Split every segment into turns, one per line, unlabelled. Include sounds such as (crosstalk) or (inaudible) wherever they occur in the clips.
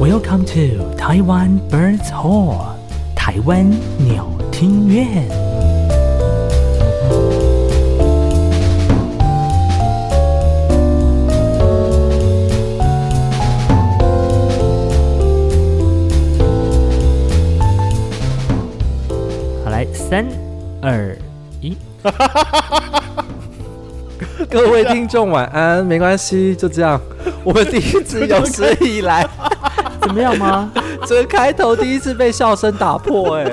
Welcome to Taiwan Birds Hall，台湾鸟听院。好，来，三、二、一。
各位听众晚安，没关系，就
(laughs)
这样。我们第一次有史以来，
怎么样吗？
这开头第一次被笑声打破、哎，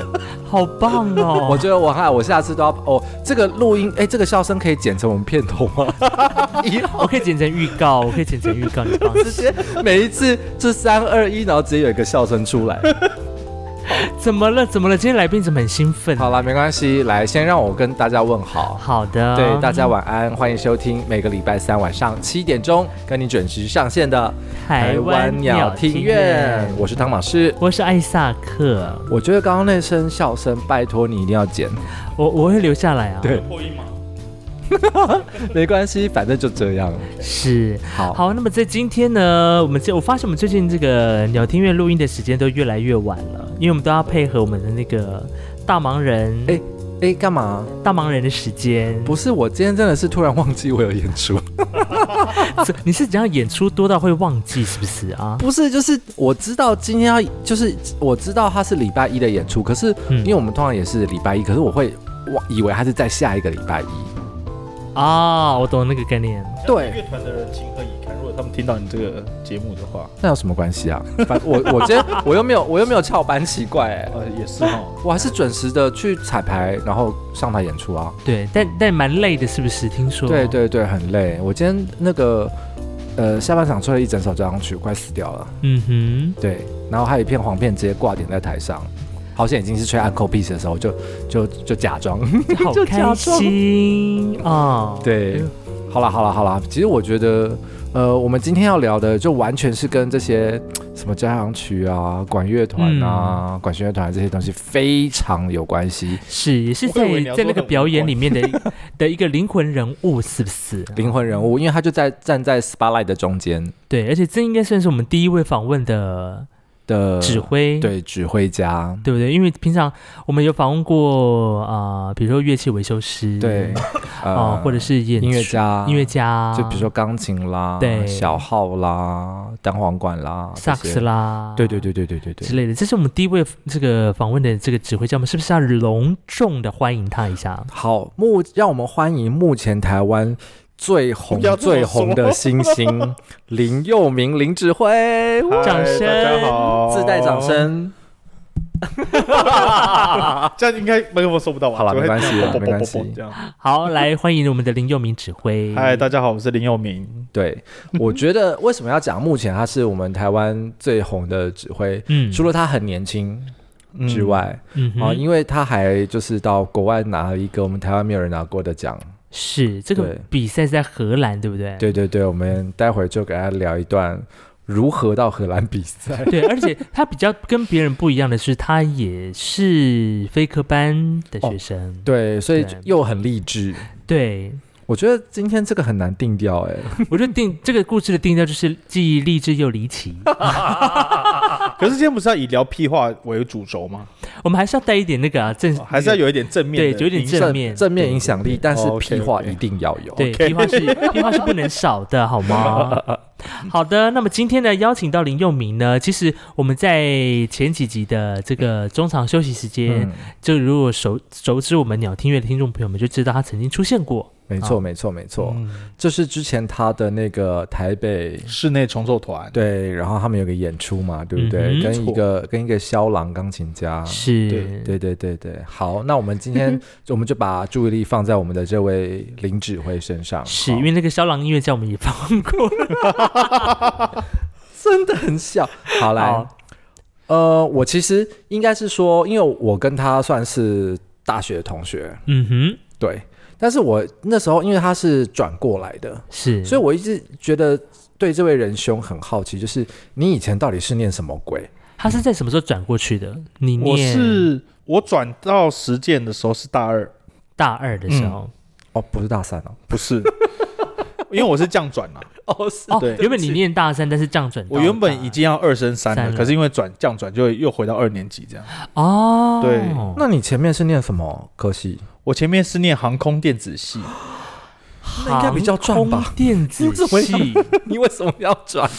好棒哦！
我觉得我害我下次都要哦，这个录音，哎、这个笑声可以剪成我们片头吗？
(laughs)
以后
我可以剪成预告，我可以剪成预告，你放
直接每一次是三二一，然后直接有一个笑声出来。
怎么了？怎么了？今天来宾怎么很兴奋？
好啦，没关系，来，先让我跟大家问好。
好的，
对，大家晚安，欢迎收听每个礼拜三晚上七点钟跟你准时上线的
台湾鸟听院，
我是汤马士。
我是艾萨克，
我觉得刚刚那声笑声，拜托你一定要 (laughs) 剪，
我我会留下来啊。
对，
破音吗？
没关系，反正就这样。
是
好
好。那么在今天呢，我们这我发现我们最近这个鸟听乐录音的时间都越来越晚了，因为我们都要配合我们的那个大忙人，
哎哎，干嘛？
大忙人的时间。
不是，我今天真的是突然忘记我有演 (laughs) 出。
是 (laughs) 你是怎样演出多到会忘记是不是啊？
不是，就是我知道今天要，就是我知道他是礼拜一的演出，可是
嗯
因为我们通常也是礼拜一，可是我会忘以为他是在下一个礼拜一。
啊，我懂那个概念。
对
乐团的人情何以堪？如果他们听到你这个节目的话，
那有什么关系啊？反我我今天我又没有我又没有翘班，奇怪哎、
呃，也是哈。
我还是准时的去彩排，然后上台演出啊。
对，但但蛮累的，是不是？听说
对，对对，很累。我今天那个呃下半场吹了一整首交响曲，快死掉了。
嗯
(laughs)
哼。
对，然后还有一片黄片直接挂点在台上。好险已经是吹 uncle piece 的时候，就就就假装。 (laughs)
好开心啊！，
对，好啦好啦好啦，其实我觉得，呃，我们今天要聊的就完全是跟这些什么交响曲啊、管乐团啊、
嗯
管弦乐团这些东西非常有关系，
是也是
我
在
以为你要
在
说
那个表演里面
(laughs)
的一的一个灵魂人物，是不是？
灵魂人物，因为他就在站在 spotlight 的中间
对，而且这应该算是我们第一位访问的
的
指挥，
呃对指挥家，
对不对？因为平常我们有访问过啊、呃比如说乐器维修师，
对，
啊、
呃
或者是演
音乐
出、
家，
音乐。家，
就比如说钢琴啦，
对
小号啦，单簧管啦，这
萨克
些
斯，啦，
对对对对对对对
之，类的。这是我们第一位这个访问的这个指挥家，我们是不是要隆重的欢迎他一下？
好，目让我们欢迎目前台湾最红
不要这么
最
说
红的新星
(laughs)
林佑明林指挥，
掌声
嗨大家好，
自带掌。声。 (laughs)
这样应该麦克风收不到吧？
好啦
就会
没关系
这样
没关系
啵啵啵啵啵这样，
好，
(laughs)
来欢迎我们的林佑明指挥。
嗨，大家好，我是林佑明。
对，我觉得为什么要讲目前他是我们台湾最红的指挥，
嗯
除了他很年轻
嗯
之，外，
嗯
啊，
哼，
因为他还就是到国外拿了一个我们台湾没有人拿过的奖。
是这个
对
比赛是在荷兰，对不对？
对对对，我们待会儿就给他聊一段如何到荷兰比 (laughs) 赛。
(laughs) 对，而且他比较跟别人不一样的是，他也是非科班的
哦
学生。
对，所以
对
又很励志。
对，
我觉得今天这个很难定调哎、
我觉得定这个故事的定调就是既励志又离
(laughs)
奇。
可是今天不是要以聊屁话为主轴吗？
我们还是要带一点那个啊正，
哦还是要有一点正面的
对有
影响，
一点正
正
面
正面影响力，但是
哦，OK，OK
屁话一定要有。
对
OK
屁话是屁话是不能少的，好
(laughs)
吗？好的，那么今天呢，邀请到林佑明呢，其实我们在前几集的这个中场休息时间，
嗯，
就如果熟熟知我们鸟听乐的听众朋友们就知道他曾经出现过。
没
好
错，没错，没错。
嗯
这是之前他的那个台北。
室内重奏团，
对，然后他们有个演出嘛，对不对？
嗯哼
跟一个跟一个肖郎钢琴家，
是，
对
对对对对。好，那我们今 (laughs) 天我们就把注意力放在我们的这位林指挥身上，
是
好
因为那个肖郎音乐家我们也放过了。
真的很小。好来，
好
呃，我其实应该是说，因为我跟他算是大学同学，
嗯哼，
对。但是我那时候因为他是转过来的，
是，
所以我一直觉得对这位仁兄很好奇，就是你以前到底是念什么鬼？
他是在什么时候转过去的？你
我
念
是我转到实践的时候是大二，
大二的时候，
哦，不是大三哦，
不是，因为我是这样转啊，
哦，是
哦
对，
原本你念大三，但是降转到
我原本已经要二升三
三
了，
了
可是因为转降转就又回到二年级这样。
大哦，
对
那你前面是念什么科系？
我前面是念航空电子系，
那应该比较赚吧
航空电子系，
你为什么要转？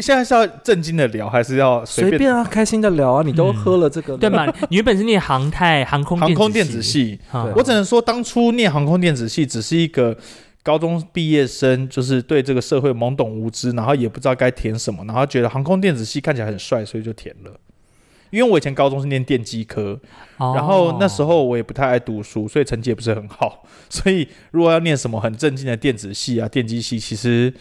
现在是要正经的聊，还是要随
(laughs) 随
便？
便啊，开心的聊啊，你都喝了这
(laughs)
个，
对？嘛？你原本是念航太、航空、
航空电子，系，
哈
对
我只能说，当初念航空电子系只是一个高中毕业生，就是对这个社会懵懂无知，然后也不知道该填什么，然后觉得航空电子系看起来很帅，所以就填了。因为我以前高中是念电机科，
哦
然后那时候我也不太爱读书，所以成绩也不是很好。 (laughs) 所以如果要念什么很正经的电子系啊、电机系，其实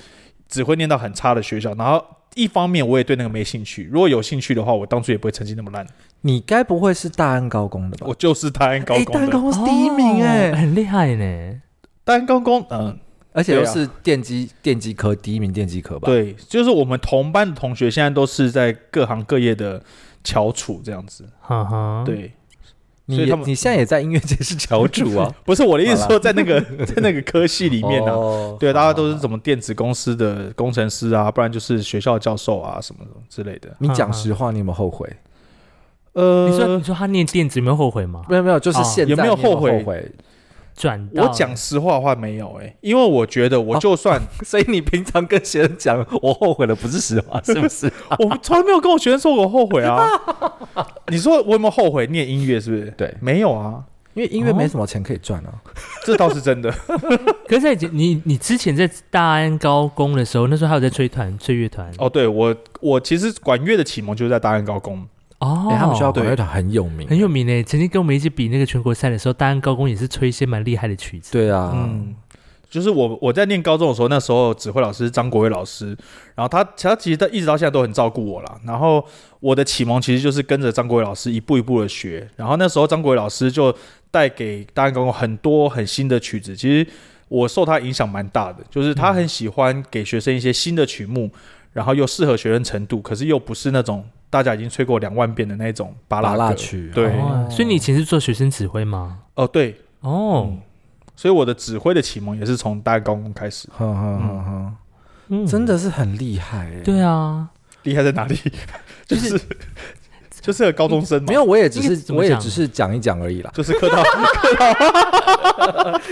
只会念到很差的学校。然后一方面我也对那个没兴趣，如果有兴趣的话，我当初也不会成绩那么烂。
你该不会是大安高工的吧？
我就是大安高
哎，大
工
安
的
高，工是第一名
哦
哎，
很厉害呢。
大安高工，嗯、
而且
对
又
啊
是电机电机科第一名电机科吧？，
对，就是我们同班的同学现在都是在各行各业的翘楚这样子。
哈
啊
哈，，
对，
你
所以
也
他们
你现在也在音乐界是翘楚啊，
不是我的意思
好啦
说，在那个 (laughs) 在那个科系 (laughs) 里面呢、啊。
哦
对，大家都是
好
怎么电子公司的工程师啊，不然就是学校教授啊，什么什么之类的。
你讲实话，你有没有后悔？
啊呃，
你说你说他念电子有没有后悔吗？
没有没有，就是
哦
现在
啊有没有
你有
后悔
后悔？ (laughs)
转到
我
(laughs)
讲实话话没有哎、因为我觉得我就算、
所以你平常跟学生讲我后悔了，不是实话，
(laughs)
是不是？
我从来没有跟我学生说我后
(laughs)
悔啊。你说我有没有后悔念音乐？是不是？
对
没有啊，
因为音乐没什么钱可以赚啊。
这倒是真的。
可是在你你之前在大安高工的时候，那时候还有在吹团吹乐团
哦，对我我其实管乐的启蒙就是在大安高工，
哦
哎、他们学校管乐
对
团很有名，
很有名呢。曾经跟我们一起比那个全国赛的时候，大安高工也是吹一些蛮厉害的曲子。
对啊，
嗯，就是我我在念高中的时候，那时候指挥老师是张国伟老师，然后他他其实到一直到现在都很照顾我啦。然后我的启蒙其实就是跟着张国伟老师一步一步的学，然后那时候张国伟老师就带给大安高工很多很新的曲子，其实我受他影响蛮大的，就是他很喜欢给学生一些新的曲目，然后又适合学生程度，可是又不是那种大家已经吹过两万遍的那种巴
拉
拉
拉
歌。
曲，
对
哦，所以你以前是做学生指挥吗？
哦，对，
哦，
所以我的指挥的启蒙也是从大安高工开始。
哼哼哼哼，
嗯
真的是很厉害、欸。
对啊， (laughs)
厉害在哪里？就是就是个高中生嘛，，
没有，我也只
应该
是
怎么
我也
讲
只是讲一讲而已啦 (laughs)
就是磕到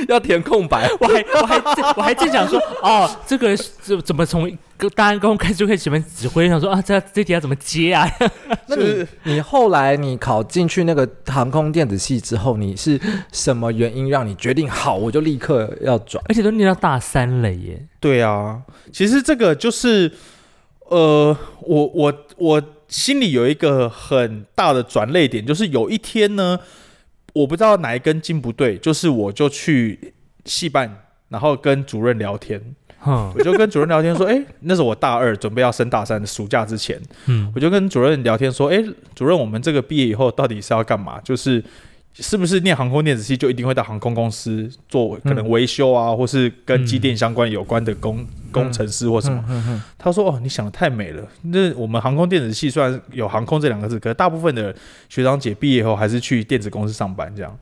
要填空白。
我还我还正我还正想说，哦，这个怎怎么从大安高工开始就可以喜欢指挥？想说啊，这这题要怎么接啊？ (laughs)
那
就是
你你后来你考进去那个航空电子系之后，你是什么原因让你决定好我就立刻要转？
而且都念到大三了耶。
对啊。其实这个就是呃，我我我心里有一个很大的转泪点，就是有一天呢，我不知道哪一根筋不对，就是我就去戏办。然后跟主任聊天，
哼，
我就跟主任聊天说，哎、那是我大二准备要升大三的暑假之前，
嗯，
我就跟主任聊天说，哎、主任，我们这个毕业以后到底是要干嘛？就是是不是念航空电子系就一定会到航空公司做
嗯
可能维修啊，或是跟机电相关有关的工、工程师或什么？
嗯嗯
他说，哦，你想的太美了。那我们航空电子系虽然有航空这两个字，可是大部分的学长姐毕业以后还是去电子公司上班这样。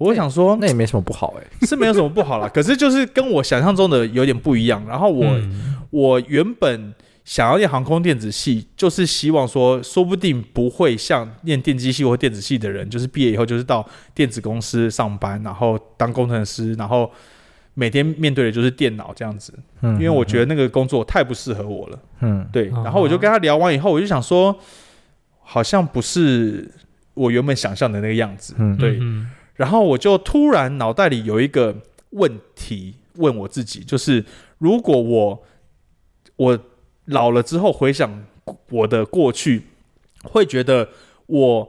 我想说，
那也没什么不好哎、
是没有什么
(laughs)
不好啦，可是就是跟我想象中的有点不一样。然后我、
嗯
嗯
我原本想要念航空电子系，就是希望说，说不定不会像念电机系或电子系的人，就是毕业以后就是到电子公司上班，然后当工程师，然后每天面对的就是电脑这样子。
嗯，
因为我觉得那个工作太不适合我了。
嗯，
对，
嗯
然后我就跟他聊完以后，我就想说，好像不是我原本想象的那个样子。
嗯
对，
嗯
然后我就突然脑袋里有一个问题问我自己，就是如果我我老了之后回想我的过去，会觉得我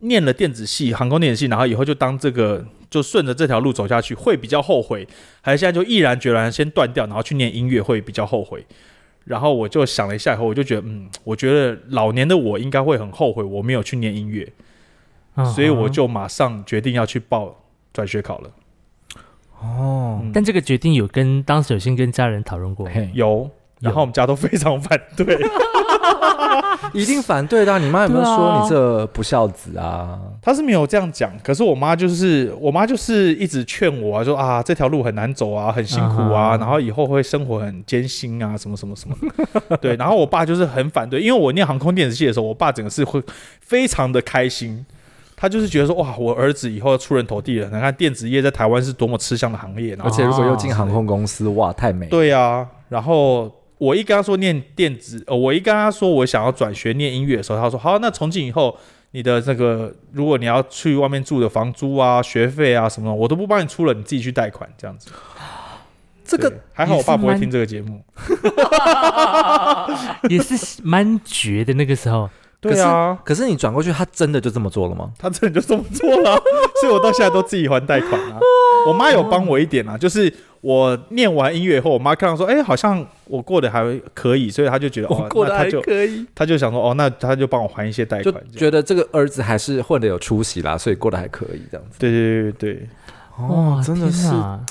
念了电子系、航空电子系，然后以后就当这个就顺着这条路走下去，会比较后悔，还是现在就毅然决然先断掉，然后去念音乐会比较后悔？然后我就想了一下以后，我就觉得，嗯，我觉得老年的我应该会很后悔，我没有去念音乐。
嗯
所以我
嗯
就马上决定要去报转学考了。
哦，
嗯
但这个决定有跟当时有先跟家人讨论过吗，
嘿，
(laughs)
有，然后我们家都非常反对，
一定反对的啊、你妈有没有
对啊
说你这不孝子啊？
他是没有这样讲，可是我妈就是我妈就是一直劝我啊，说啊这条路很难走啊，很辛苦
啊
啊，
哈
然后以后会生活很艰辛啊，什么什
(laughs)
么什么的。对，然后我爸就是很反对，因为我念航空电子系的时候，我爸整个是会非常的开心，他就是觉得说哇，我儿子以后出人头地了，你看电子业在台湾是多么吃香的行业，然
而
后
且如果又进航空公司，哇，太美了。
对啊，然后我一跟他说念电子，呃，我一跟他说我想要转学念音乐的时候，他说好，那从今以后你的那个，如果你要去外面住的房租啊、学费啊什么的，我都不帮你出了，你自己去贷款这样子。
这个
对还好，我爸不
也
会
是蛮
听这个节目。
也是蛮绝的那个时候。
对啊，
可是你转过去，他真的就这么做了吗？
他真的就这么做了，所以我到现在都自己还贷款
(laughs)
啊。我妈有帮我一点啊，就是我念完音乐以后，我妈看到说，哎、好像我过得还可以，所以她就觉得，哦，那她就
可以，
她就想说，哦，那她就帮我还一些贷
就
款，这样
觉得这个儿子还是混得有出息啦，所以过得还可以这样子。啊
对对对对对，哦
哇，
哦真的
天
是。
哪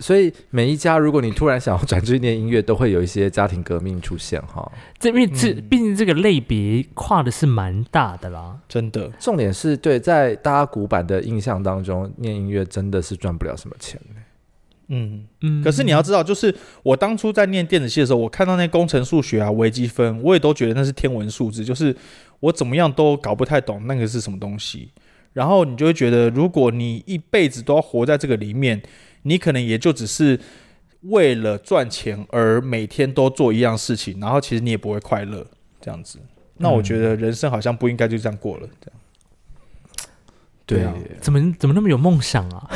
所以每一家，如果你突然想要转去念音乐，都会有一些家庭革命出现哈。
这因为这
嗯
毕竟这个类别跨的是蛮大的啦。
真的，
重点是对，在大家古板的印象当中，念音乐真的是赚不了什么钱。
嗯。
嗯，
可是你要知道，就是我当初在念电子系的时候，我看到那工程数学啊、微积分，我也都觉得那是天文数字，就是我怎么样都搞不太懂那个是什么东西。然后你就会觉得，如果你一辈子都要活在这个里面，你可能也就只是为了赚钱而每天都做一样事情，然后其实你也不会快乐这样子。那我觉得人生好像不应该就这样过了，这样对啊
怎么怎么那么有梦想
(laughs)
啊？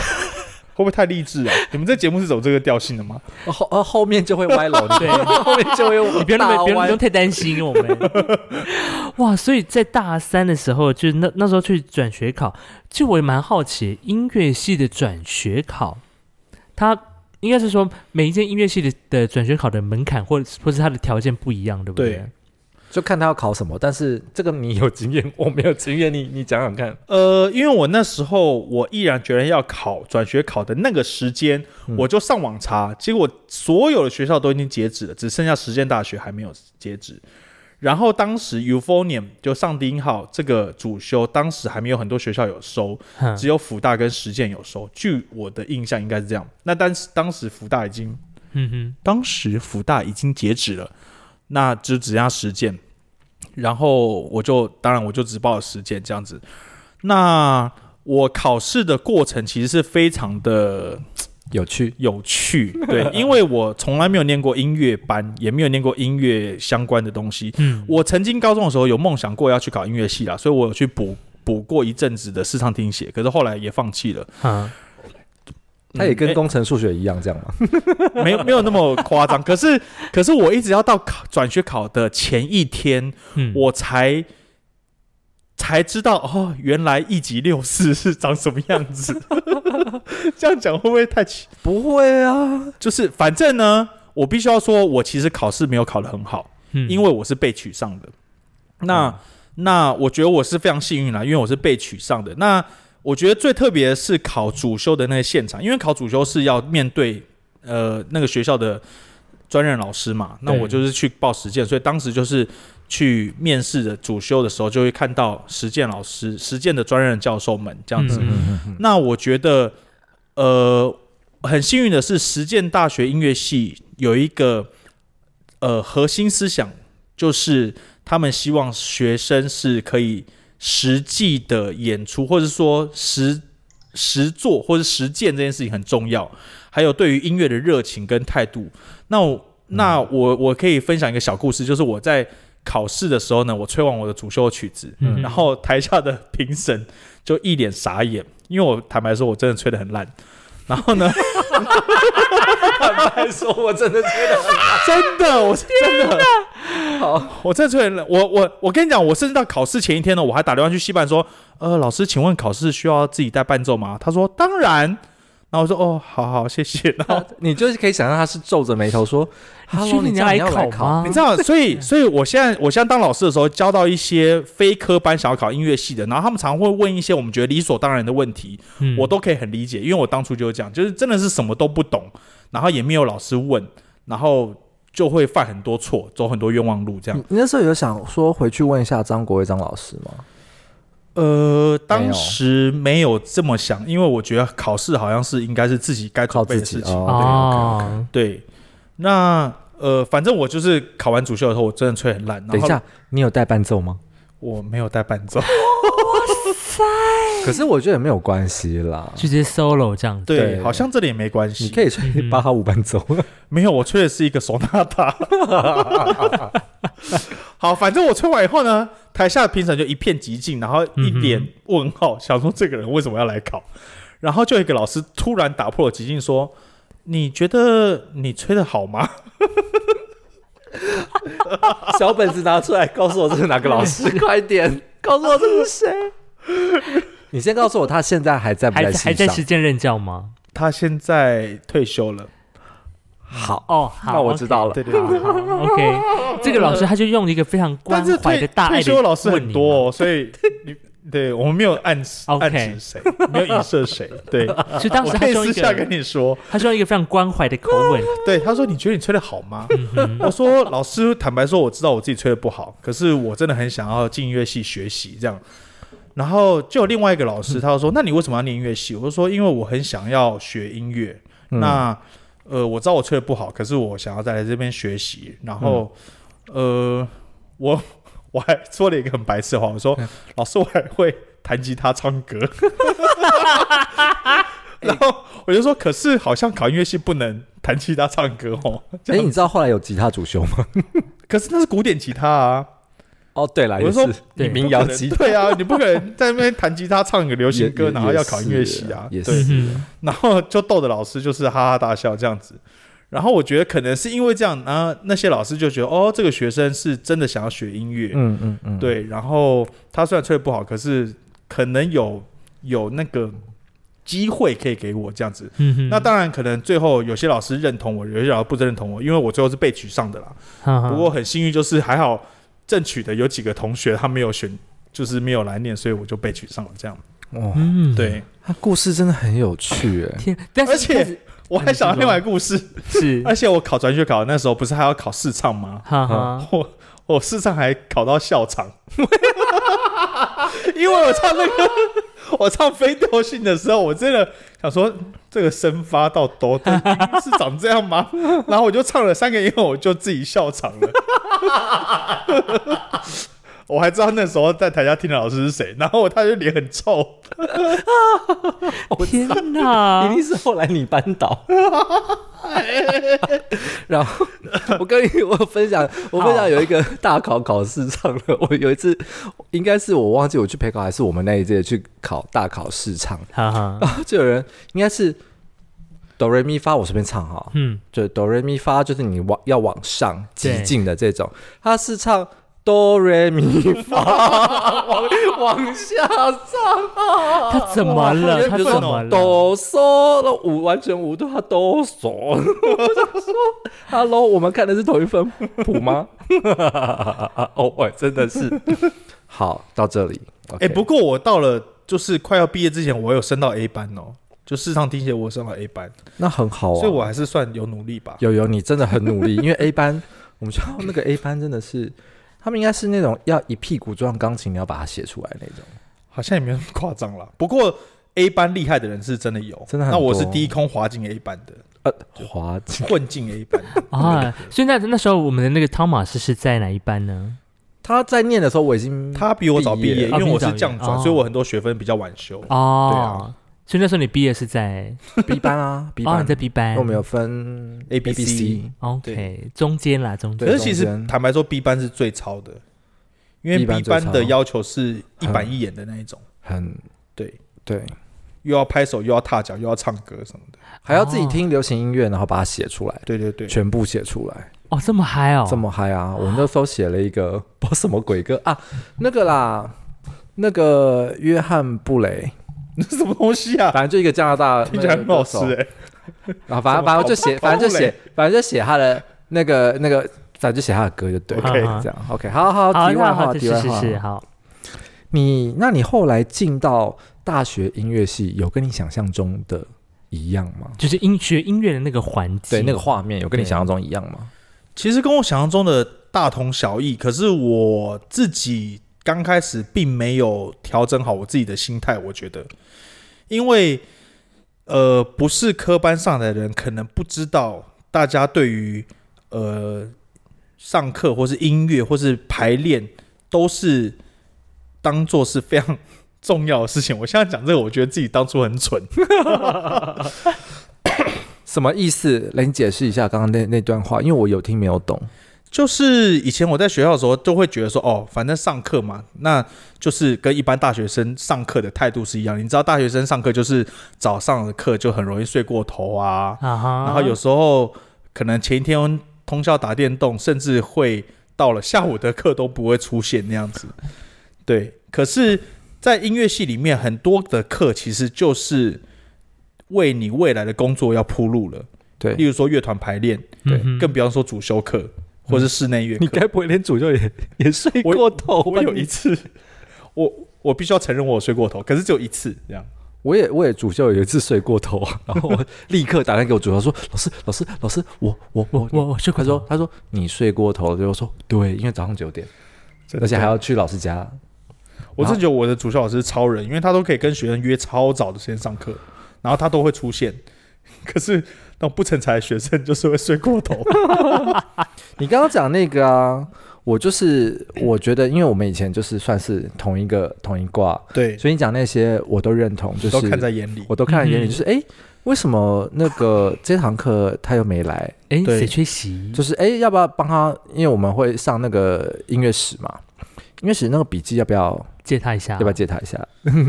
会不会太励志啊？你们这节目是走这个调性的吗？
哦后呃后面就会歪楼，
对
对， (laughs) 后面就会
你不要那么不要不用太担心我
(laughs)
们。哇，所以在大三的时候，就是那那时候去转学考，其实我也蛮好奇音乐系的转学考，它应该是说每一间音乐系的的转学考的门槛或或是它的条件不一样，对不
对
就看他要考什么。但是这个你有经验，我没有经验，你你讲讲看。
呃，因为我那时候我毅然决然要考转学考的那个时间，
嗯
我就上网查，结果所有的学校都已经截止了，只剩下实践大学还没有截止。然后当时 Euphonium 就上帝音号这个主修，当时还没有很多学校有收，
哼
只有辅大跟实践有收。据我的印象应该是这样。那当时当时辅大已经
嗯哼，
当时福大已经截止了，那就只剩下实践，然后我就当然我就只报了实践这样子。那我考试的过程其实是非常的
有趣，
有
(laughs)
趣，对，因为我从来没有念过音乐班，也没有念过音乐相关的东西。
嗯，
我曾经高中的时候有梦想过要去考音乐系啦，所以我有去补补过一阵子的视唱听写，可是后来也放弃了。
嗯，
它也
嗯
跟
哎
工程数学一样，这样吗？
没有没有那么夸张， (laughs) 可是可是我一直要到考转学考的前一天，
嗯
我才才知道哦，原来一级六四是长什么样子。 (laughs) 这样讲会不会太奇？
(laughs) 不会啊，
就是反正呢，我必须要说，我其实考试没有考得很好，因
为
为我是被取上的。那、那我觉得我是非常幸运啦，因为我是被取上的。那我觉得最特别的是考主修的那个现场，因为考主修是要面对呃那个学校的专任老师嘛。那
对
我就是去报实践，所以当时就是去面试的主修的时候，就会看到实践老师、实践的专任教授们这样子。
嗯嗯
那我觉得，呃，很幸运的是，实践大学音乐系有一个呃核心思想，就是他们希望学生是可以实际的演出，或者说实实做或者实践这件事情很重要，还有对于音乐的热情跟态度。那我那我我可以分享一个小故事，就是我在考试的时候呢，我吹完我的主修曲子，
嗯
然后台下的评审就一脸傻眼，因为我坦白说，我真的吹得很烂。然后呢，
(laughs) 还说我真的觉得
真的，我是真的，
好，
我真的吹得很烂。我我我跟你讲，我甚至到考试前一天呢，我还打电话去戏班说，呃，老师，请问考试需要自己带伴奏吗？他说当然。然后我说哦，好好，谢谢。 (laughs) 然后
(laughs) 你就是可以想象他是皱着眉头说
确
：“Hello，
定
你
你
这
要
样
来
你要来
考吗
考？
你知道，所以，所以我现在我现在当老师的时候，教到一些非科班想要考音乐系的，然后他们常会问一些我们觉得理所当然的问题，
嗯
我都可以很理解，因为我当初就是这样，就是真的是什么都不懂，然后也没有老师问，然后就会犯很多错，走很多冤枉路这
嗯
样
你。你那时候有想说回去问一下张国伟张老师吗？
呃，
没
当
有
时没有这么想，因为我觉得考试好像是应该是自己该
靠
准备
自己
的事情。
哦
哦，
对，那呃，反正我就是考完主修的时候，我真的吹很烂。然后
对，OK，OK。等一下，你有带伴奏吗？
我没有带伴奏，
可是我觉得也没有关系 (laughs) 啦，
就直接 solo 这样子。
对，
(laughs) 对
好像这里也没关
你
系。
可以吹巴哈五伴奏。
没有，我吹的是一个唢呐塔。好，反正我吹完以后呢，台下评审就一片寂静，然后一脸问
嗯
号，想说这个人为什么要来考？然后就有一个老师突然打破了寂静，说：“你觉得你吹的好吗
(laughs) 小本子拿出来，告诉我这是哪个老 (laughs) 师，快点告诉我这是谁。你先告诉我他现在还在不
还
在
还
戏
在
上？
实践任教吗？？”
他现在退
(laughs)
休了，
好，
哦，好，
那我知道了。
对对对。
好。OK，这个老师他就用了一个非常关
但是
怀
退
的大爱
(laughs) 退
的
休的老师
问
很
你
多、哦，所以你对我们没有暗示
(laughs) OK
暗指谁，没有影射谁。对，
嘛，所以当时
我
他
可以
是用一
私下跟
个，
你说，
他是用一个非常关怀的口吻，
对，他说：“你觉得你吹的好吗？”
嗯哼
我说：“老师，坦白说，我知道我自己吹的不好，可是我真的很想要进音乐系学习这样。”然后就有另外一个老师，他就说：“那你为什么要念音乐系？”我就说：“因为我很想要学音乐。
嗯
那呃，我知道我吹的不好，可是我想要在这边学习。然后、
嗯
呃，我 (laughs) 我还说了一个很白痴的话，我
嗯
说：“老师，我还会弹吉他、唱歌。” (laughs) 然后我就说：“可是好像考音乐系不能弹吉他、唱歌哦。”这
哎、
样
你知道后来有吉他主修吗？
可是那是古典吉他啊，
哦，对了，
我是
也
说
是
对
民谣吉他
对啊，你不可能在那边弹吉他唱个流行歌，
也
然后要考音乐系啊，
也是
对
嗯，哼，
然后就逗的老师就是哈哈大笑这样子。然后我觉得可能是因为这样，然后那些老师就觉得哦，这个学生是真的想要学音乐，
嗯嗯嗯，
对。然后他虽然吹的不好，可是可能有有那个机会可以给我这样子。
嗯哼，
那当然，可能最后有些老师认同我，有些老师不认同我，因为我最后是被取上的啦。
哈哈
不过很幸运，就是还好正取的有几个同学他没有选，就是没有来念，所以我就被取上了。这样
哦，
嗯，
对，
他故事真的很有趣哎。
天，但是
而且
但是
我还想到另外一个故事，
(laughs) 是
而且我考转学考那时候不是还要考试唱吗？
哈哈，
我我试唱还考到校场， (laughs) 因为我唱那个我唱非调性的时候，我真的想说这个声发到哆的音 (laughs) 是长这样吗？然后我就唱了三个音后，我就自己笑场了。我还知道那时候在台下听的老师是谁，然后我他就脸很臭，哦
天
(laughs)
哪
一！定是后来你扳倒。然后我跟你我分享，我分享有一个大考考试唱的，我有一次应该是我忘记我去陪考还是我们那一届去考大考试 (laughs) 唱，
哈哈，
就有人应该是哆瑞咪发，我随便唱哈，
嗯，
就哆瑞咪发就是你往要往上
对
极进的这种，他是唱。哆瑞咪发，往往下唱啊！
哦
他怎么了？
原
他
本
怎么了？
哆嗦，那五完全无对，他哆嗦。我想说，Hello，我们看的是同一份谱吗？ (laughs) 哦，喂，真的是。好，到这里。
哎、
OK
不过我到了就是快要毕业之前，我有升到 A 班哦，就视唱听写我有升到 A 班，
那很好啊。
所以我还是算有努力吧。
有有，你真的很努力，因为 A 班，我们知道那个 A 班真的是，他们应该是那种要一屁股撞钢琴，你要把它写出来那种。
好像也没有那么夸张啦。 (laughs) 不过 A 班厉害的人是真的有，
真的很
那
多
我是低空滑进 A 班
(laughs)
的，
呃，滑稽，
混进 A 班的
啊，所以那那时候我们的那个汤马斯是在哪一班呢？
他在念的时候，我已经
(laughs) 他比我早毕
毕
业，
业哦
因为我是降
啊
转，所以我很多学分比较晚修。啊
哦，所以那时候你毕业是在
B 班啊，B
哦，
班
你在 B 班，
因为我们有分
A B
B
C
C，
OK 中间啦，中
可
对
间
是其实
中间
坦白说，B 班是最超的，因为
B 班
B 班
最
的
超嗯
要求是一板一眼的那一种，
很
对，
对，
又要拍手，又要踏脚，又要唱歌什么的。
还要自己听流行音乐，然后把它写出来，
对哦对对，
全部写出来，
哦这么嗨哦，
这么嗨啊！我那时候写了一个 (laughs) 不知道什么鬼歌啊，那个啦，那个约翰布雷，
(laughs) 那是什么东西啊？
(laughs) 反正就一个加拿大，
(laughs) 听起来很好吃哎、
啊，反
什
正
么
反正就写，
跑
反
步嘞
正就写，反正就写他的那个那个，反正就写他的歌就对了。
OK
这样 OK，好好，
好，
哦题
那
外
好，
话，
是
题外
是
话。
是好，
你那你后来进到大学音乐系，有跟你想象中的一样吗？
就是音学音乐的那个环境，
对，那个画面有跟你
对
想象中一样吗？
其实跟我想象中的大同小异，可是我自己刚开始并没有调整好我自己的心态，我觉得，因为呃，不是科班上的人，可能不知道大家对于呃上课或是音乐或是排练都是当做是非常重要的事情。我现在讲这个，我觉得自己当初很蠢。
什么意思？来，你解释一下刚刚那那段话，因为我有听没有懂。
就是以前我在学校的时候，就会觉得说，哦，反正上课嘛，那就是跟一般大学生上课的态度是一样。你知道，大学生上课就是早上的课就很容易睡过头啊，
啊哈，
然后有时候可能前一天通宵打电动，甚至会到了下午的课都不会出现那样子。对，可是，在音乐系里面，很多的课其实就是为你未来的工作要铺路了。例
对，
如说乐团排练，
对
嗯哼
更不要说主修课或是室内乐课。
你该不会连主教也也睡 (laughs)
我
过头吧？
我有
你
一次，我我必须要承认我有睡过头，可是只有一次这样。
我也我也主教有一次睡过头，然后我立刻打电话给我主教说：“ (laughs) 老师，老师，老师，我我我
我我我是
他说他说你睡过头了。”就我说：“对，因为早上九点，而且还要去老师家。
我真的觉得我的主修老师是超人，因为他都可以跟学生约超早的时间上课，然后他都会出现。可是那种不成才的学生就是会睡
(laughs)
过头。”
你刚刚讲那个啊，我就是我觉得，因为我们以前就是算是同一个同一挂，
对，
所以你讲那些我都认同，就
都看
是
在眼里。
我都看在眼里，
嗯
就是哎、诶为什么那 (laughs) 个这堂课他又没来？
哎，
对
谁缺席？
就是哎、诶要不要帮他？因为我们会上那个音乐史嘛，音乐史那个笔记要不要、
借他一下，
要不要？借他一下？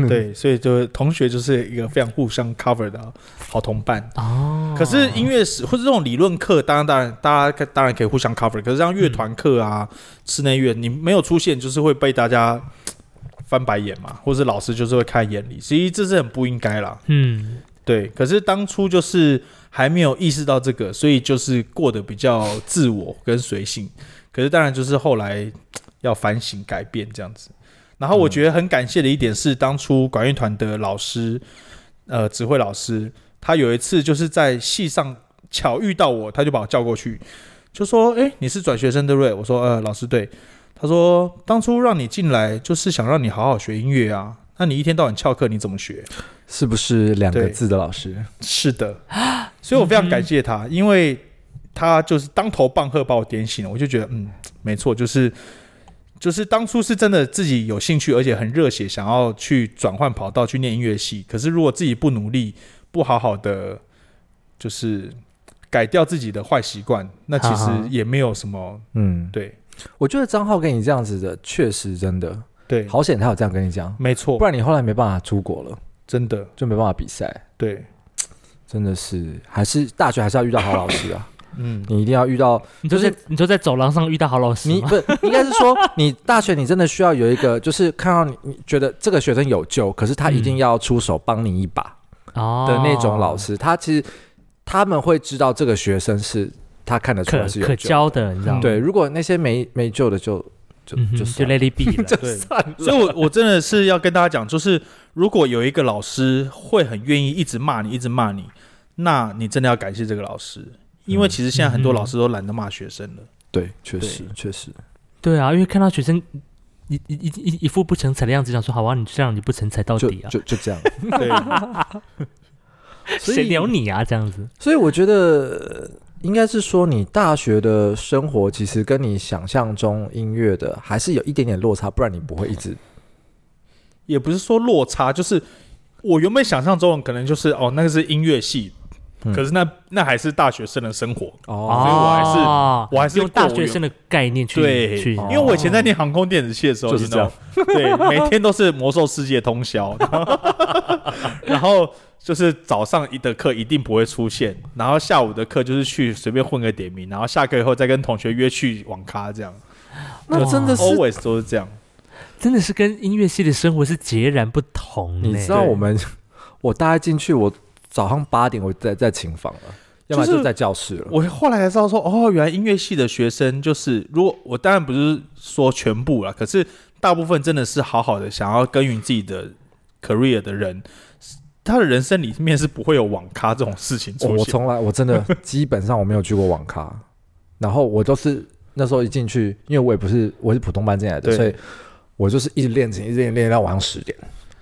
对，所以就是同学就是一个非常互相 cover 的好同伴。
哦，
可是音乐史或者这种理论课，当然当然大家当然可以互相 cover，可是像乐团课啊、室内乐，你没有出现就是会被大家嘖翻白眼嘛，或是老师就是会看眼里，其实这是很不应该啦。
嗯，
对，可是当初就是还没有意识到这个，所以就是过得比较自我跟随性。可是当然就是后来嘖要反省改变这样子。然后我觉得很感谢的一点是，当初管乐团的老师，呃，指挥老师，他有一次就是在戏上巧遇到我，他就把我叫过去，就说：“哎、你是转学生对不对？”我说：“呃，老师对。”他说：“当初让你进来就是想让你好好学音乐啊，那你一天到晚翘课，你怎么学？”
是不是两个
对
字的老师？
是的，所以我非常感谢他，因为他就是当头棒喝把我点醒了，我就觉得嗯，没错，就是就是当初是真的自己有兴趣，而且很热血，想要去转换跑道去念音乐系。可是如果自己不努力，不好好的就是改掉自己的坏习惯，那其实
好好
也没有什么
嗯，
对
我觉得张浩跟你这样子的，确实真的
对，
好险，他有这样跟你讲，
没错
不，然你后来没办法出国了，
真的
就没办法比赛。
对，
真的是，还是大学还是要遇到好老师啊！
嗯，
你一定要遇到
你就
就是
在你就在走廊上遇到好老师
你
吗？
不应该是说你大学你真的需要有一个，就是看到你你觉得这个学生有救，可是他一定要出手帮你一把
嗯哦
的那种老，师，他其实他们会知道这个学生是他看得
哦
出
可
来是有
可
救。
教的，你知道吗？
对，如果那些没没救的就就
嗯哼，
就
就
算了
Lady B
(laughs)
了，
对。
算
所以我，我真的是要跟大家讲，就是如果有一个老师会很愿意一直骂你，一直骂你，那你真的要感谢这个老师，因为其实现在很多老师都懒得骂学生了。
对，确
对
实确实。
对啊，因为看到学生一一一一一副不成才的样子，想说好啊，你这样你不成才到
就
底啊，
就就这样。
对， (laughs)
所
谁
以
鸟你啊？这样子，
所以我觉得呃应该是说，你大学的生活其实跟你想象中音乐的还是有一点点落差，不然你不会一直
也不是说落差，就是我原本想象中的可能就是哦，那个是音乐系，
嗯
可是那那还是大学生的生活，
哦
所以我还是
哦
我还是
用大学生
的。
的概念去
对，
去，
哦
因为我以前在念航空电子系的时候，
就是
你知道对， (laughs) 每天都是魔兽世界通宵，然后就是早上一的课一定不会出现，然后下午的课就是去随便混个点名，然后下课以后再跟同学约去网咖，这样
那真
哦
的是。
always 都是这样。
真的是跟音乐系的生活是截然不同呢。
你知道
嗯对
我们，我大概进去，我早上八点我在在琴房了，要不然
就是
就在教室了。
我后来才知道说，哦，原来音乐系的学生就是，如果我当然不是说全部啦，可是大部分真的是好好的想要耕耘自己的 career 的人，他的人生里面是不会有网咖这种事情
我
出
我
现。 (laughs)
从来我真的基本上我没有去过网咖，然后我都是那时候一进去，因为我也不是我是普通班进来的，
对
所以我就是一直练琴，一直练练到晚上十点，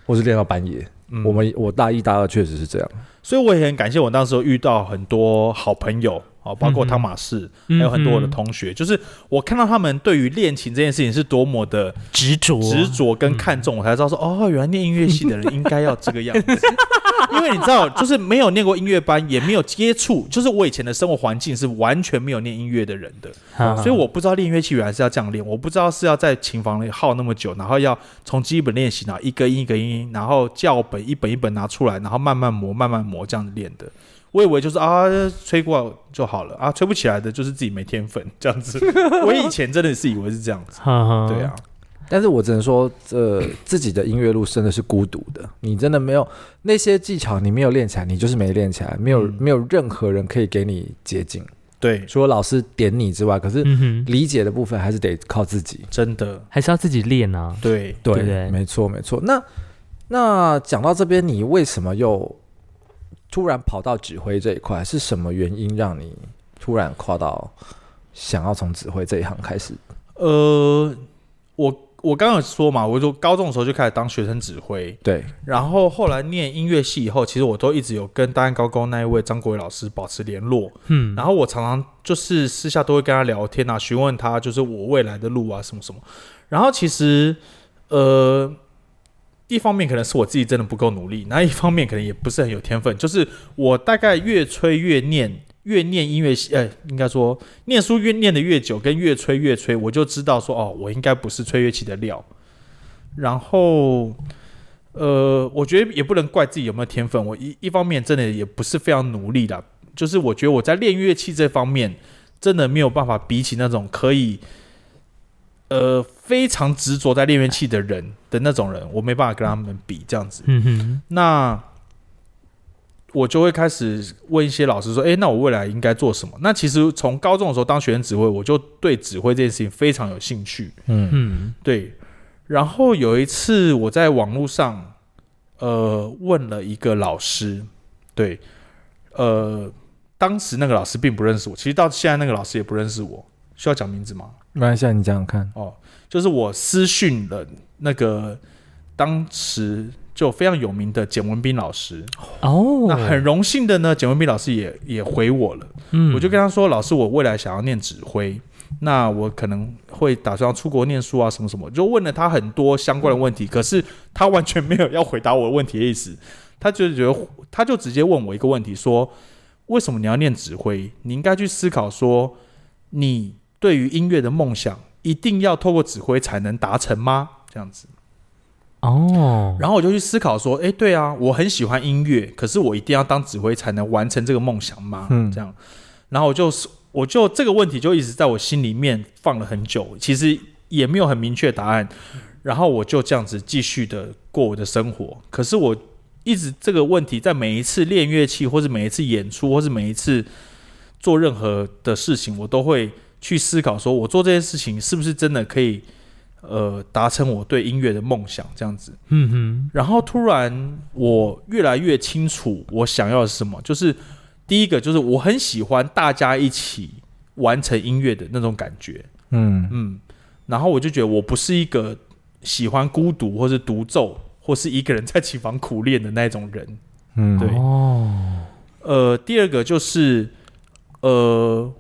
或是练到半夜。
嗯
我们我大一大二确实是这样，
所以我也很感谢我当时有遇到很多好朋友哦，包括
嗯哼
汤马士，
嗯
还有很多我的
嗯
同学，就是我看到他们对于练琴这件事情是多么的
执着
执着跟看重，我才知道说哦，原来念音乐系的人应该要这个
(laughs)
样子。因为你知道，就是没有念过音乐班，也没有接触，就是我以前的生活环境是完全没有念音乐的人的，
啊
所以我不知道练音乐器原来是要这样练，我不知道是要在琴房里耗那么久，然后要从基本练习，然后一个音一个音，然后教本一本一本拿出来，然后慢慢磨，慢慢磨这样子练的。我以为就是啊，吹过就好了啊，吹不起来的就是自己没天分这样子。我以前真的是以为是这样子，
哈哈
对啊，
但是我只能说，呃，自己的音乐路真的是孤独的。你真的没有那些技巧，你没有练起来，你就是没练起来，没有、
嗯
没有任何人可以给你捷径，
对，
除了老师点你之外，可是
嗯哼，
理解的部分还是得靠自己。
真的
还是要自己练啊。
对。
对，
对不对
没错没错。那那讲到这边，你为什么又突然跑到指挥这一块？是什么原因让你突然跨到想要从指挥这一行开始？
呃，我我刚刚有说嘛，我就高中的时候就开始当学生指挥，
对，
然后后来念音乐系以后，其实我都一直有跟大安高工那一位张国伟老师保持联络，
嗯，
然后我常常就是私下都会跟他聊天啊，询问他就是我未来的路啊什么什么，然后其实呃。一方面可能是我自己真的不够努力，那一方面可能也不是很有天分。就是我大概越吹越念，越念音乐系，呃，应该说念书越念的越久，跟越吹越吹，我就知道说，哦，我应该不是吹乐器的料。然后，呃，我觉得也不能怪自己有没有天分，我一一方面真的也不是非常努力啦，就是我觉得我在练乐器这方面真的没有办法比起那种可以。呃，非常执着在练乐器的人的那种人，我没办法跟他们比这样子。
嗯哼，
那我就会开始问一些老师说：“诶，那我未来应该做什么？”那其实从高中的时候当学生指挥，我就对指挥这件事情非常有兴趣。
嗯
嗯
对，然后有一次我在网络上，呃，问了一个老师，对，呃，当时那个老师并不认识我，其实到现在那个老师也不认识我，需要讲名字吗？
没关系啊，你讲讲看。
哦，就是我私讯了那个当时就非常有名的简文斌老师，
哦，
那很荣幸的呢，简文斌老师也也回我了，
嗯，
我就跟他说，老师，我未来想要念指挥，那我可能会打算要出国念书啊，什么什么，就问了他很多相关的问题，可是他完全没有要回答我的问题的意思，他就觉得，他就直接问我一个问题，说为什么你要念指挥？你应该去思考说，你对于音乐的梦想一定要透过指挥才能达成吗？这样子。
哦，
然后我就去思考说，诶，对啊，我很喜欢音乐，可是我一定要当指挥才能完成这个梦想吗？
嗯
这样，然后我就是我就这个问题就一直在我心里面放了很久，其实也没有很明确答案。然后我就这样子继续的过我的生活，可是我一直这个问题在每一次练乐器，或是每一次演出，或是每一次做任何的事情，我都会去思考，说我做这件事情是不是真的可以，呃，达成我对音乐的梦想这样子。
嗯哼，
然后突然我越来越清楚我想要的是什么，就是第一个就是我很喜欢大家一起完成音乐的那种感觉，
嗯
嗯，然后我就觉得我不是一个喜欢孤独或是独奏或是一个人在琴房苦练的那种人。
嗯，
对
哦，
呃，第二个就是呃，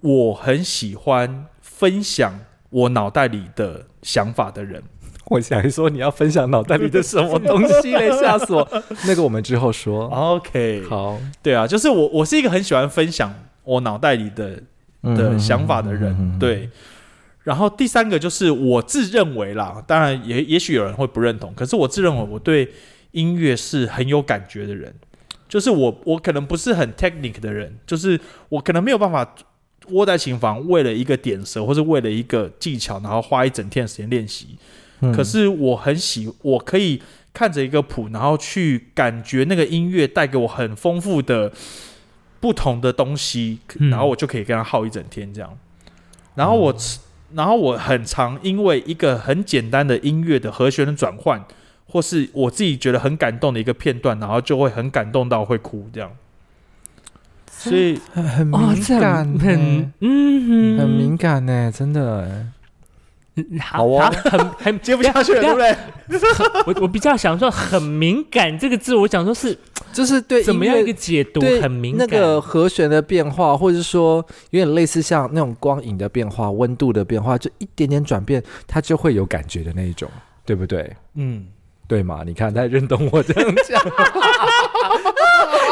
我很喜欢分享我脑袋里的想法的人。
我想说你要分享脑袋里的什么东 (laughs) 西嘞，吓死我！那个我们之后说。
OK，
好
对啊，就是我，我是一个很喜欢分享我脑袋里的的想法的人，
嗯嗯嗯嗯嗯
对。然后第三个就是我自认为啦，当然也也许有人会不认同，可是我自认为我对音乐是很有感觉的人，就是我我可能不是很 technic 的人，就是我可能没有办法窝在琴房为了一个点舌或是为了一个技巧，然后花一整天的时间练习，
嗯
可是我很喜，我可以看着一个谱，然后去感觉那个音乐带给我很丰富的不同的东西，可
嗯
然后我就可以跟他耗一整天这样。然后我，然后我很常因为一个很简单的音乐的和弦的转换，或是我自己觉得很感动的一个片段，然后就会很感动到会哭这样。所以
很很
哦，
敏
这
感欸
很
呢、
很嗯
很敏感呢、真的、
嗯
好
好
哦
好很很
(laughs) 接不下去了，对
等
不
一
对？
下我我比较想说很敏感这个字，我想说是
就是对
怎么
音
样
乐
一个解读
对
很敏
那
感。
个和弦的变化，或者是说有点类似像那种光影的变化、温度的变化，就一点点转变，它就会有感觉的那一种，对不对？
嗯，
对嘛？你看，他认同我这样讲，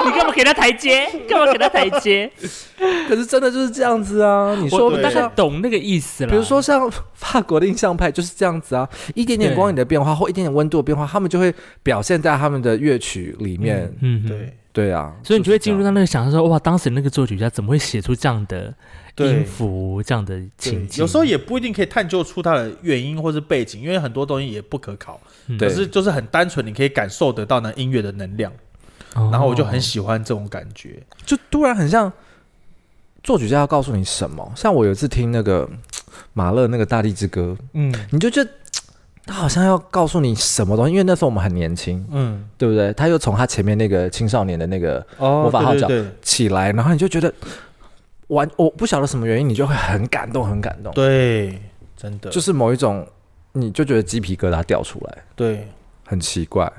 你干嘛给他台阶？干嘛给他台阶？
(laughs) 可是真的就是这样子啊！你
我
说
我
对
大概
像，
懂那个意思了。
比如说像法国的印象派就是这样子啊，一点点
对
光影的变化或一点点温度的变化，他们就会表现在他们的乐曲里面。
嗯，嗯，
对
对啊，
所以你就会进入
到
到那个想象说，哇，当时那个作曲家怎么会写出这样的音
对。
符、这样的
对
情景？
有时候也不一定可以探究出它的原因或是背景，因为很多东西也不可考。
嗯，
可
对
是就是很单纯，你可以感受得到那音乐的能量，
哦
然后我就很喜欢这种感觉。
就突然很像作曲家要告诉你什么。像我有一次听那个马勒那个《大地之歌》，
嗯
你就觉得他好像要告诉你什么东西，因为那时候我们很年轻，
嗯，
对不对？他又从他前面那个青少年的那个
哦
魔法号角
对对
起来，然后你就觉得完，我不晓得什么原因，你就会很感动，很感动，
对，对真的
就是某一种，你就觉得鸡皮疙瘩掉出来，
对，
很奇怪，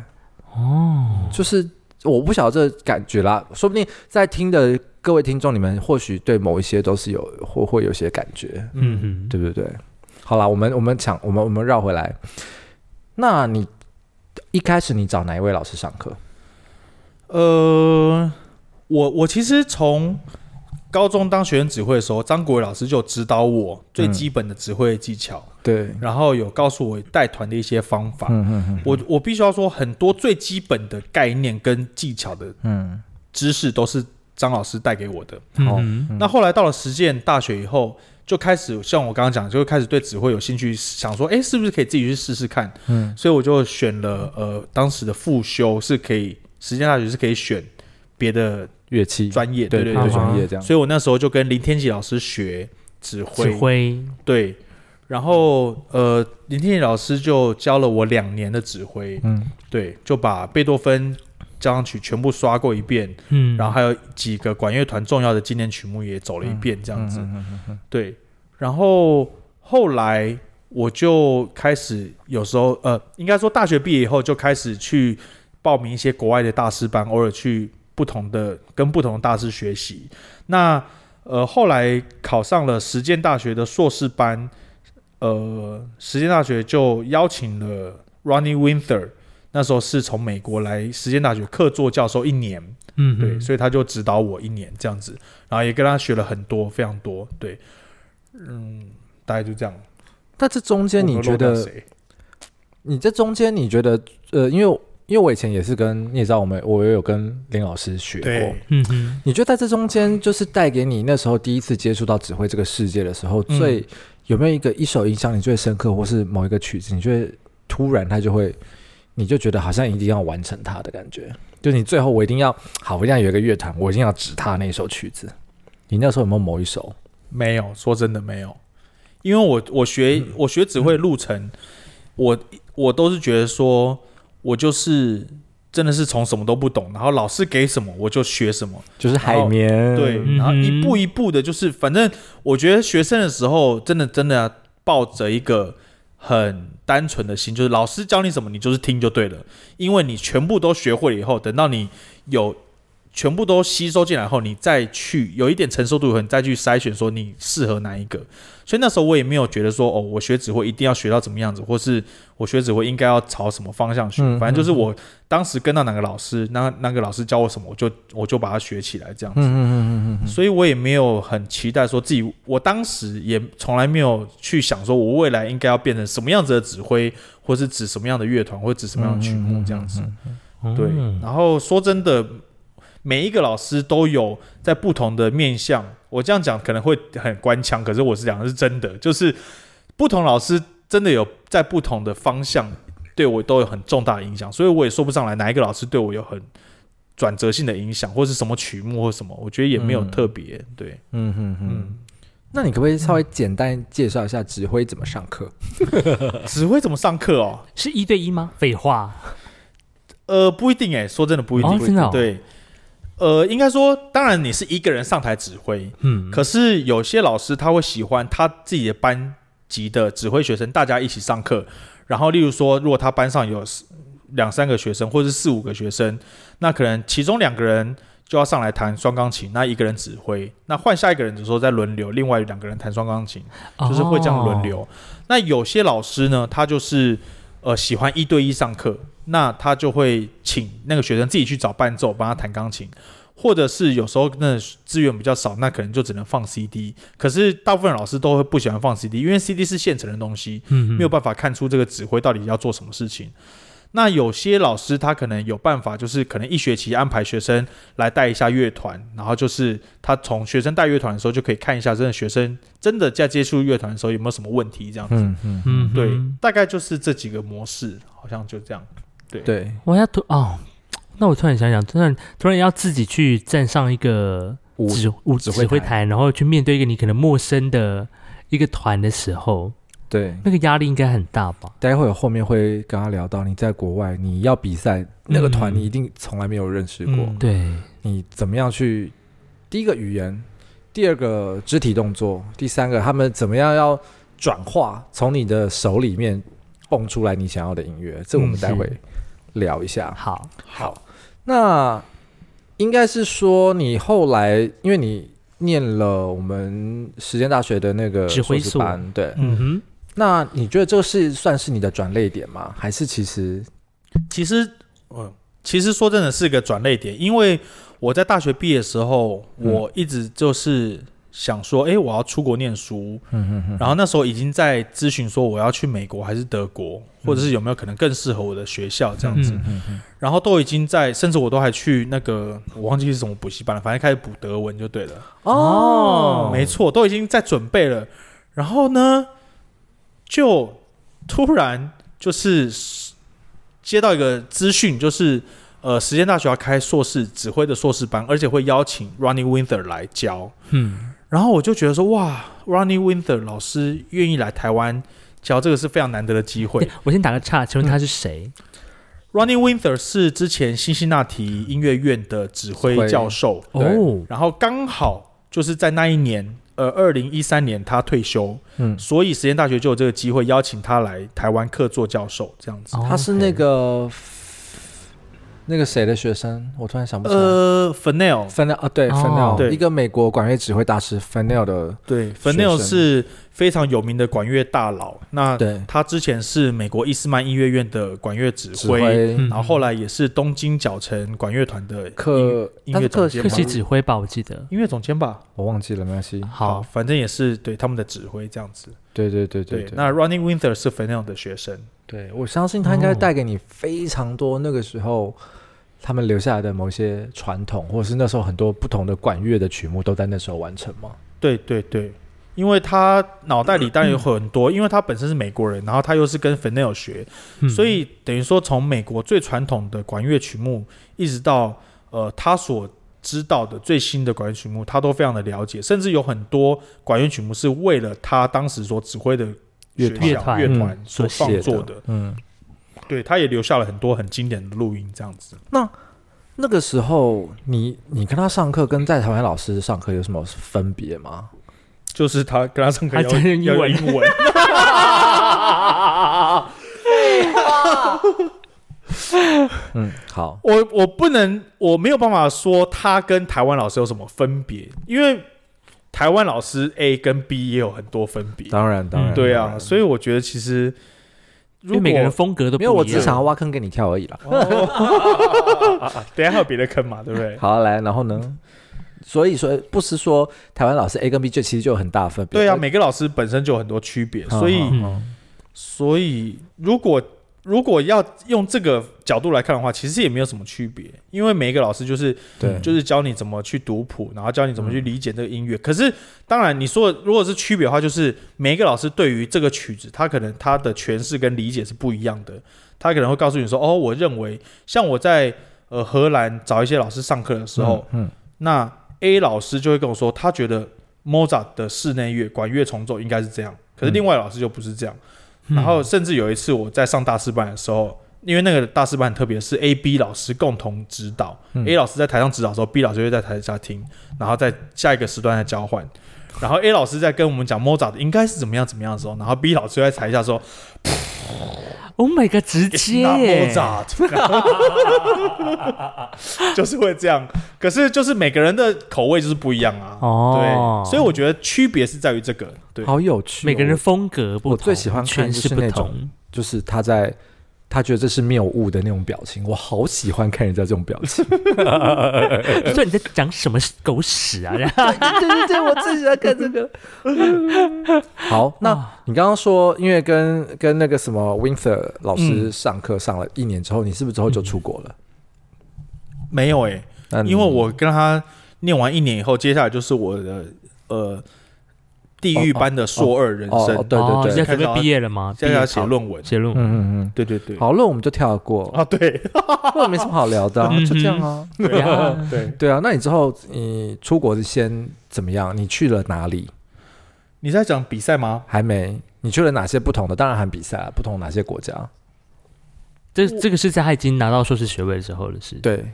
哦，
就是我不晓得这感觉啦，说不定在听的各位听众，你们或许对某一些都是有或会有些感觉，
嗯
嗯，
哼，
对不对？好啦，我们我们讲，我们我们绕回来。那你一开始你找哪一位老师上课？
呃，我我其实从高中当学生指挥的时候，张国伟老师就指导我最
嗯
基本的指挥技巧，
对，
然后有告诉我带团的一些方法。
嗯嗯嗯
我我必须要说，很多最基本的概念跟技巧的
嗯，
知识都是张老师带给我的。
嗯
好
哼，
嗯
那后来到了实践大学以后，就开始像我刚刚讲，就开始对指挥有兴趣，想说，哎，是不是可以自己去试试看？
嗯
所以我就选了呃，当时的复修是可以，实践大学是可以选别的
乐器
专业，对
对
对
对。
对
专业这样。
所以我那时候就跟林天喜老师学指挥，
指挥，
对。然后呃，林天喜老师就教了我两年的指挥，
嗯
对，就把贝多芬交响曲全部刷过一遍，
嗯，
然后还有几个管乐团重要的经典曲目也走了一遍，这样子。
嗯嗯嗯
对，然后后来我就开始有时候呃，应该说大学毕业以后就开始去报名一些国外的大师班，偶尔去不同的跟不同的大师学习。那呃，后来考上了实践大学的硕士班，呃，实践大学就邀请了 Ronnie Winther，那时候是从美国来实践大学客座教授一年，
嗯哼，
对，所以他就指导我一年这样子，然后也跟他学了很多，非常多，对，嗯，大概就这样。
那这中间你
我不知
觉
道漏掉
得，
谁？
你这中间你觉得，呃，因为我因为我以前也是跟你也知道，我们我也有跟林老师学过
对。，
嗯哼，
你觉得在这中间，就是带给你那时候第一次接触到指挥这个世界的时候，最、有没有一个一首影响你最深刻，或是某一个曲子，你觉得突然它就会，你就觉得好像一定要完成它的感觉，就你最后我一定要好，我一定要有一个乐团，我一定要指它那首曲子。你那时候有没有某一首？
没有，说真的没有，因为我我学、
嗯
我学指挥的路程，我我都是觉得说，我就是真的是从什么都不懂，然后老师给什么我就学什么，
就是海绵，
对，
嗯
然后一
嗯
步一步的，就是反正我觉得学生的时候，真的真的啊抱着一个很单纯的心，就是老师教你什么，你就是听就对了，因为你全部都学会了以后，等到你有。全部都吸收进来后，你再去有一点承受度以后，你再去筛选说你适合哪一个。所以那时候我也没有觉得说，哦，我学指挥一定要学到怎么样子，或是我学指挥应该要朝什么方向学。
嗯
反正就是我当时跟到哪个老师，那那个老师教我什么，我就我就把它学起来这样
嗯
子。
嗯嗯嗯嗯
所以我也没有很期待说自己，我当时也从来没有去想说我未来应该要变成什么样子的指挥，或是指什么样的乐团，或指什么样的曲目这样子。对
嗯，
然后说真的，每一个老师都有在不同的面向，我这样讲可能会很官腔，可是我是讲的是真的，就是不同老师真的有在不同的方向对我都有很重大的影响，所以我也说不上来哪一个老师对我有很转折性的影响，或是什么曲目或什么，我觉得也没有
嗯
特别、对，
嗯嗯嗯。
嗯，
那你可不可以稍微简单介绍一下指挥怎么上课？
指挥怎么上课哦？
是一对一吗？废话，
呃，不一定哎、说真的不一定，
哦真的哦
对。呃，应该说，当然你是一个人上台指挥，
嗯，
可是有些老师他会喜欢他自己的班级的指挥学生，大家一起上课。然后，例如说，如果他班上有四两三个学生，或是四五个学生，那可能其中两个人就要上来弹双钢琴，那一个人指挥，那换下一个人的时候再轮流，另外两个人弹双钢琴，就是会这样轮
哦
流。那有些老师呢，他就是呃喜欢一对一上课，那他就会请那个学生自己去找伴奏，帮他弹钢琴。或者是有时候那资源比较少，那可能就只能放 CD。可是大部分老师都会不喜欢放 CD，因为 CD 是现成的东西，
嗯，嗯
没有办法看出这个指挥到底要做什么事情。那有些老师他可能有办法，就是可能一学期安排学生来带一下乐团，然后就是他从学生带乐团的时候就可以看一下，真的学生真的在接触乐团的时候有没有什么问题这样子。
嗯嗯，
嗯
对，
嗯
大概就是这几个模式，好像就这样。
对，
我要突哦，那我突然想想，突然突然要自己去站上一个
五
指舞
指
指
挥
挥
台
台，然后去面对一个你可能陌生的一个团的时候，
对。
那个压力应该很大吧？
待会儿后面会跟他聊到，你在国外你要比赛那个团，
嗯
你一定从来没有认识过，
嗯
对，
你怎么样去第一个语言，第二个肢体动作，第三个他们怎么样要转化，从你的手里面蹦出来你想要的音乐，这我们
嗯
待会
是
聊一下。
好，
好，那应该是说你后来，因为你念了我们实践大学的那个
指挥
硕士
所
班，对，
嗯哼，
那你觉得这个是算是你的转类点吗？还是其实
其实，嗯，其实说真的是个转类点，因为我在大学毕业的时候，
嗯
我一直就是想说，诶，我要出国念书，
嗯嗯
然后那时候已经在咨询说我要去美国还是德国，或者是有没有可能更适合我的学校这样子，
嗯
嗯嗯，
然后都已经在，甚至我都还去那个我忘记是什么补习班了，反正开始补德文就对了。
哦
没错，都已经在准备了。然后呢，就突然就是接到一个资讯，就是呃，实践大学要开硕士指挥的硕士班，而且会邀请 Ronnie Winter 来教。
嗯，
然后我就觉得说，哇，Ronnie Winter 老师愿意来台湾教，这个是非常难得的机会
对。我先打个岔，请问他是谁？
Ronnie Winter 是之前辛辛那提音乐院的指
指
挥
挥
教授，
对
哦，
然后刚好就是在那一年，呃，二零一三年他退休，
嗯，
所以实验大学就有这个机会邀请他来台湾客座教授这样子。
哦
他是那个那个谁的学生，我突然想不起来。
呃，Fennell，
芬奈啊，对，
哦
芬奈，
对
一个美国管乐指挥大师芬奈的，
对
学
，Fennell
生
是非常有名的管乐大佬。那
对，
他之前是美国伊斯曼音乐院的管乐指
指
挥，
挥
嗯
然后后来也是东京角城管乐团的音
克，
音
他
乐
是
总
克
监
客
嘛
席指挥吧，我记得。
音乐总监吧。
我忘记了，没关系。
好，
反正也是对他们的指挥这样子。
对对对
对，
对，
那 Running Winter 是 Fennell 的学生。
对我相信他
哦
应该带给你非常多那个时候他们留下来的某些传统，或者是那时候很多不同的管乐的曲目都在那时候完成嘛。
对对对，因为他脑袋里当然有很多，因为他本身是美国人，然后他又是跟 f e n e l 学，
嗯
所以等于说从美国最传统的管乐曲目，一直到呃他所知道的最新的管乐曲目，他都非常的了解，甚至有很多管乐曲目是为了他当时所指挥的
乐
学
团
校
团
乐
嗯
团所
所
创
写
作
的
的。
嗯，
对，他也留下了很多很经典的录音，这样子。
那个时候你你跟他上课跟在台湾老师上课有什么分别吗？
就是他跟他上课
他
要
真人
要 (laughs)
英文
用英文，
嗯，好，
我我不能，我没有办法说他跟台湾老师有什么分别，因为台湾老师 A 跟 B 也有很多分别。
当然当然，
对
当
啊，
然
所以我觉得其实
因为
如果
每个人风格都不
没有，我
一
只是
样
想要挖坑给你跳而已啦。
等一下还有别的坑嘛， (laughs) 对不 (laughs)
(laughs)
对？
好，来，然后呢？所以说，不是说台湾老师 A 跟 B 就其实就有很大的分别。
对啊，
而
每个老师本身就有很多区别，所以
嗯
所以如果如果要用这个角度来看的话，其实也没有什么区别，因为每一个老师就是
对，
就是教你怎么去读谱，然后教你怎么去理解这个音乐。可是，当然你说如果是区别的话，就是每一个老师对于这个曲子，他可能他的诠释跟理解是不一样的。他可能会告诉你说：“哦，我认为像我在呃荷兰找一些老师上课的时候，
嗯，
那 A 老师就会跟我说，他觉得 Mozart 的室内乐管乐重奏应该是这样，可是另外老师就不是这样。
嗯
然后甚至有一次我在上大师班的时候，因为那个大师班很特别，是 A、B 老师共同指导、
嗯
a 老师在台上指导的时候，B 老师会在台下听，然后在下一个时段再交换。然后 A 老师在跟我们讲 Mozart 应该是怎么样怎么样的时候，然后 B 老师在台下说
Oh my god，直 (laughs)
It's
接
not
耶
Mozart，然后就是会这样。可是就是每个人的口味就是不一样啊。
哦
对，所以我觉得区别是在于这个。对，
好有趣哦、
每个人风格不同，
我最喜欢看
诠
就是
释不
那种
同。
就是他在他觉得这是谬误的那种表情，我好喜欢看人家这种表情。
(laughs) 所以你在讲什么狗屎啊？然后
(laughs) 对对对，我最喜欢看这个。 (laughs) 好，那你刚刚说，因为跟跟那个什么 Winter 老师上课上了一年之后，你是不是之后就出国了？
没有诶、
那你
因为我跟他念完一年以后，接下来就是我的呃地狱般的硕二人
哦
生，
哦对
哦
对
现在
对，
准备毕业了吗？
现在
毕
要
业
写
考
论文。
写论
嗯
文。
嗯
对对对，
嗯，好论我们就跳过，
(laughs) 啊，对
那没什么好聊的啊，
嗯哼
就这样啊。
对啊
对，
对啊，那你之后你出国是先怎么样？你去了哪里？
你在讲比赛吗？
还没？你去了哪些不同的？当然含比赛啊，不同哪些国家？
这这个是在他已经拿到硕士学位的时候的事。
对，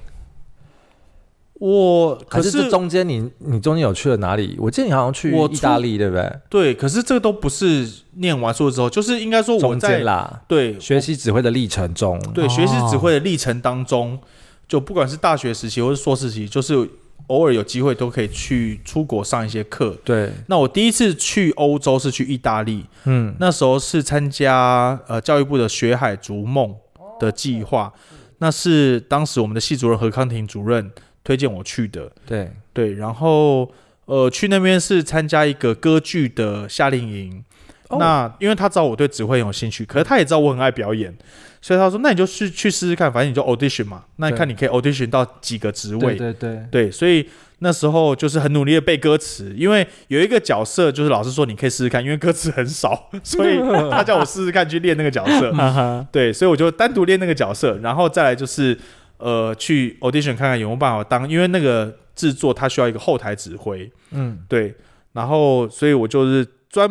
我
可
可
是这中间你你中间有去了哪里？我记得你好像去
我
意大利，对不对？
对，可是这个都不是念完硕之后，就是应该说我
中间
在
啦，
对
学习指挥的历程中，
对
哦
学士指挥的历程当中，就不管是大学时期或是硕士时期，就是偶尔有机会都可以去出国上一些课。
对，
那我第一次去欧洲是去意大利，
嗯，
那时候是参加呃教育部的“学海逐梦”的计划，那是当时我们的系主任何康婷主任推荐我去的。
对，
对，然后呃去那边是参加一个歌剧的夏令营。
哦
那因为他知道我对指挥很有兴趣，可是他也知道我很爱表演，所以他说：“那你就去去试试看，反正你就 audition 嘛。那你
对
看你可以 audition 到几个职位
对，对嗯对，
对，所以那时候就是很努力的背歌词，因为有一个角色就是老师说你可以试试看，因为歌词很少，所以 (laughs) 他叫我试试看去练那个角色。
哈哈，
对，所以我就单独练那个角色，然后再来就是呃去 audition 看看有没有办法当，因为那个制作它需要一个后台指挥，
嗯，
对，然后所以我就是专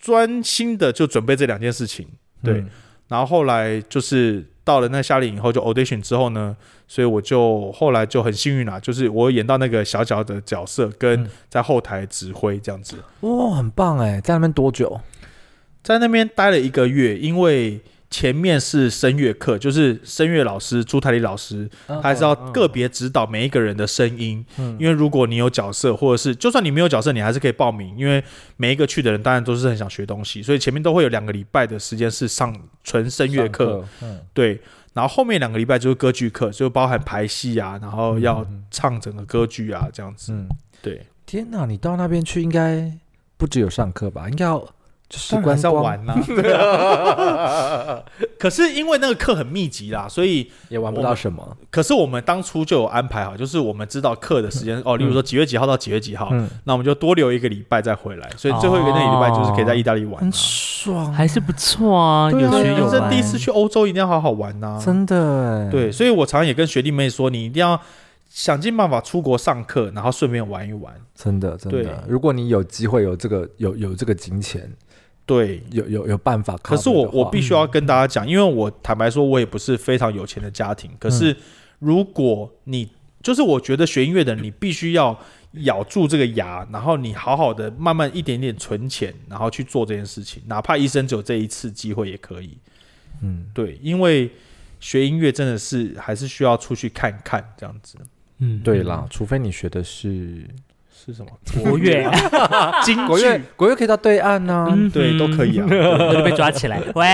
专心的就准备这两件事情，对，
嗯
然后后来就是到了那夏令营以后，就 audition 之后呢，所以我就后来就很幸运啦、啊就是我演到那个小小的角色，跟
嗯
在后台指挥这样子，
哇，很棒哎，在那边多久？
在那边待了一个月，因为前面是声乐课，就是声乐老师朱台丽老师，他还是要个别指导每一个人的声音，
嗯
因为如果你有角色，或者是就算你没有角色，你还是可以报名，因为每一个去的人当然都是很想学东西，所以前面都会有两个礼拜的时间是上纯声乐课，，
嗯，
对，然后后面两个礼拜就是歌剧课，就包含排戏啊，然后要唱整个歌剧啊，这样子。
嗯，
对，
天哪，你到那边去应该不只有上课吧？应该要就是
当然
观
还是要
光
玩呐、对啊。
嗯
(laughs) 可是因为那个课很密集啦，所以
也玩不到什么，
可是我们当初就有安排好，就是我们知道课的时间哦，例如说几月几号到几月几号，
嗯，
那我们就多留一个礼拜再回来，所以最后一个那个礼拜就是可以在意大利玩、啊
哦很。爽，
还是不错啊，
对
有
啊，
学有
人生
玩。
第一次去欧洲一定要好好玩呐、
真的哎，
啊对，所以我常常也跟学弟妹说，你一定要想尽办法出国上课，然后顺便玩一玩。
真的真
对
的，如果你有机会有这个有有这个金钱，
对，
有有有办法 cover 的话，嗯
可是我我必须要跟大家讲，因为我坦白说，我也不是非常有钱的家庭。可
嗯
是如果你就是我觉得学音乐的人，你必须要咬住这个牙，然后你好好的慢慢一点点存钱，然后去做这件事情，哪怕一生只有这一次机会也可以。
嗯，
对，因为学音乐真的是还是需要出去看看这样子。
嗯，
对啦，除非你学的是
是什么？
国乐
(laughs) 啊、京
国乐
剧，，
国乐可以到对岸呢、啊。
嗯，
对，都可以啊。对
(laughs) 那就被抓起来。喂，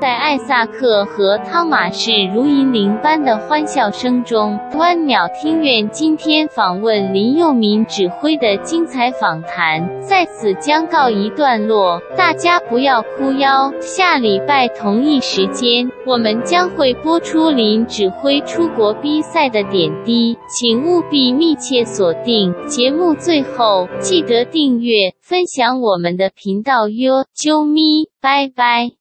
在艾萨克和汤马士如银铃般的欢笑声中，观鸟听院今天访问林佑民指挥的精彩访谈，在此将告一段落。大家不要哭哟，下礼拜同一时间，我们将会播出林指挥出国比赛的点滴，请务必密切锁定。节目最后记得订阅、分享我们的频道哟，啾咪，拜拜。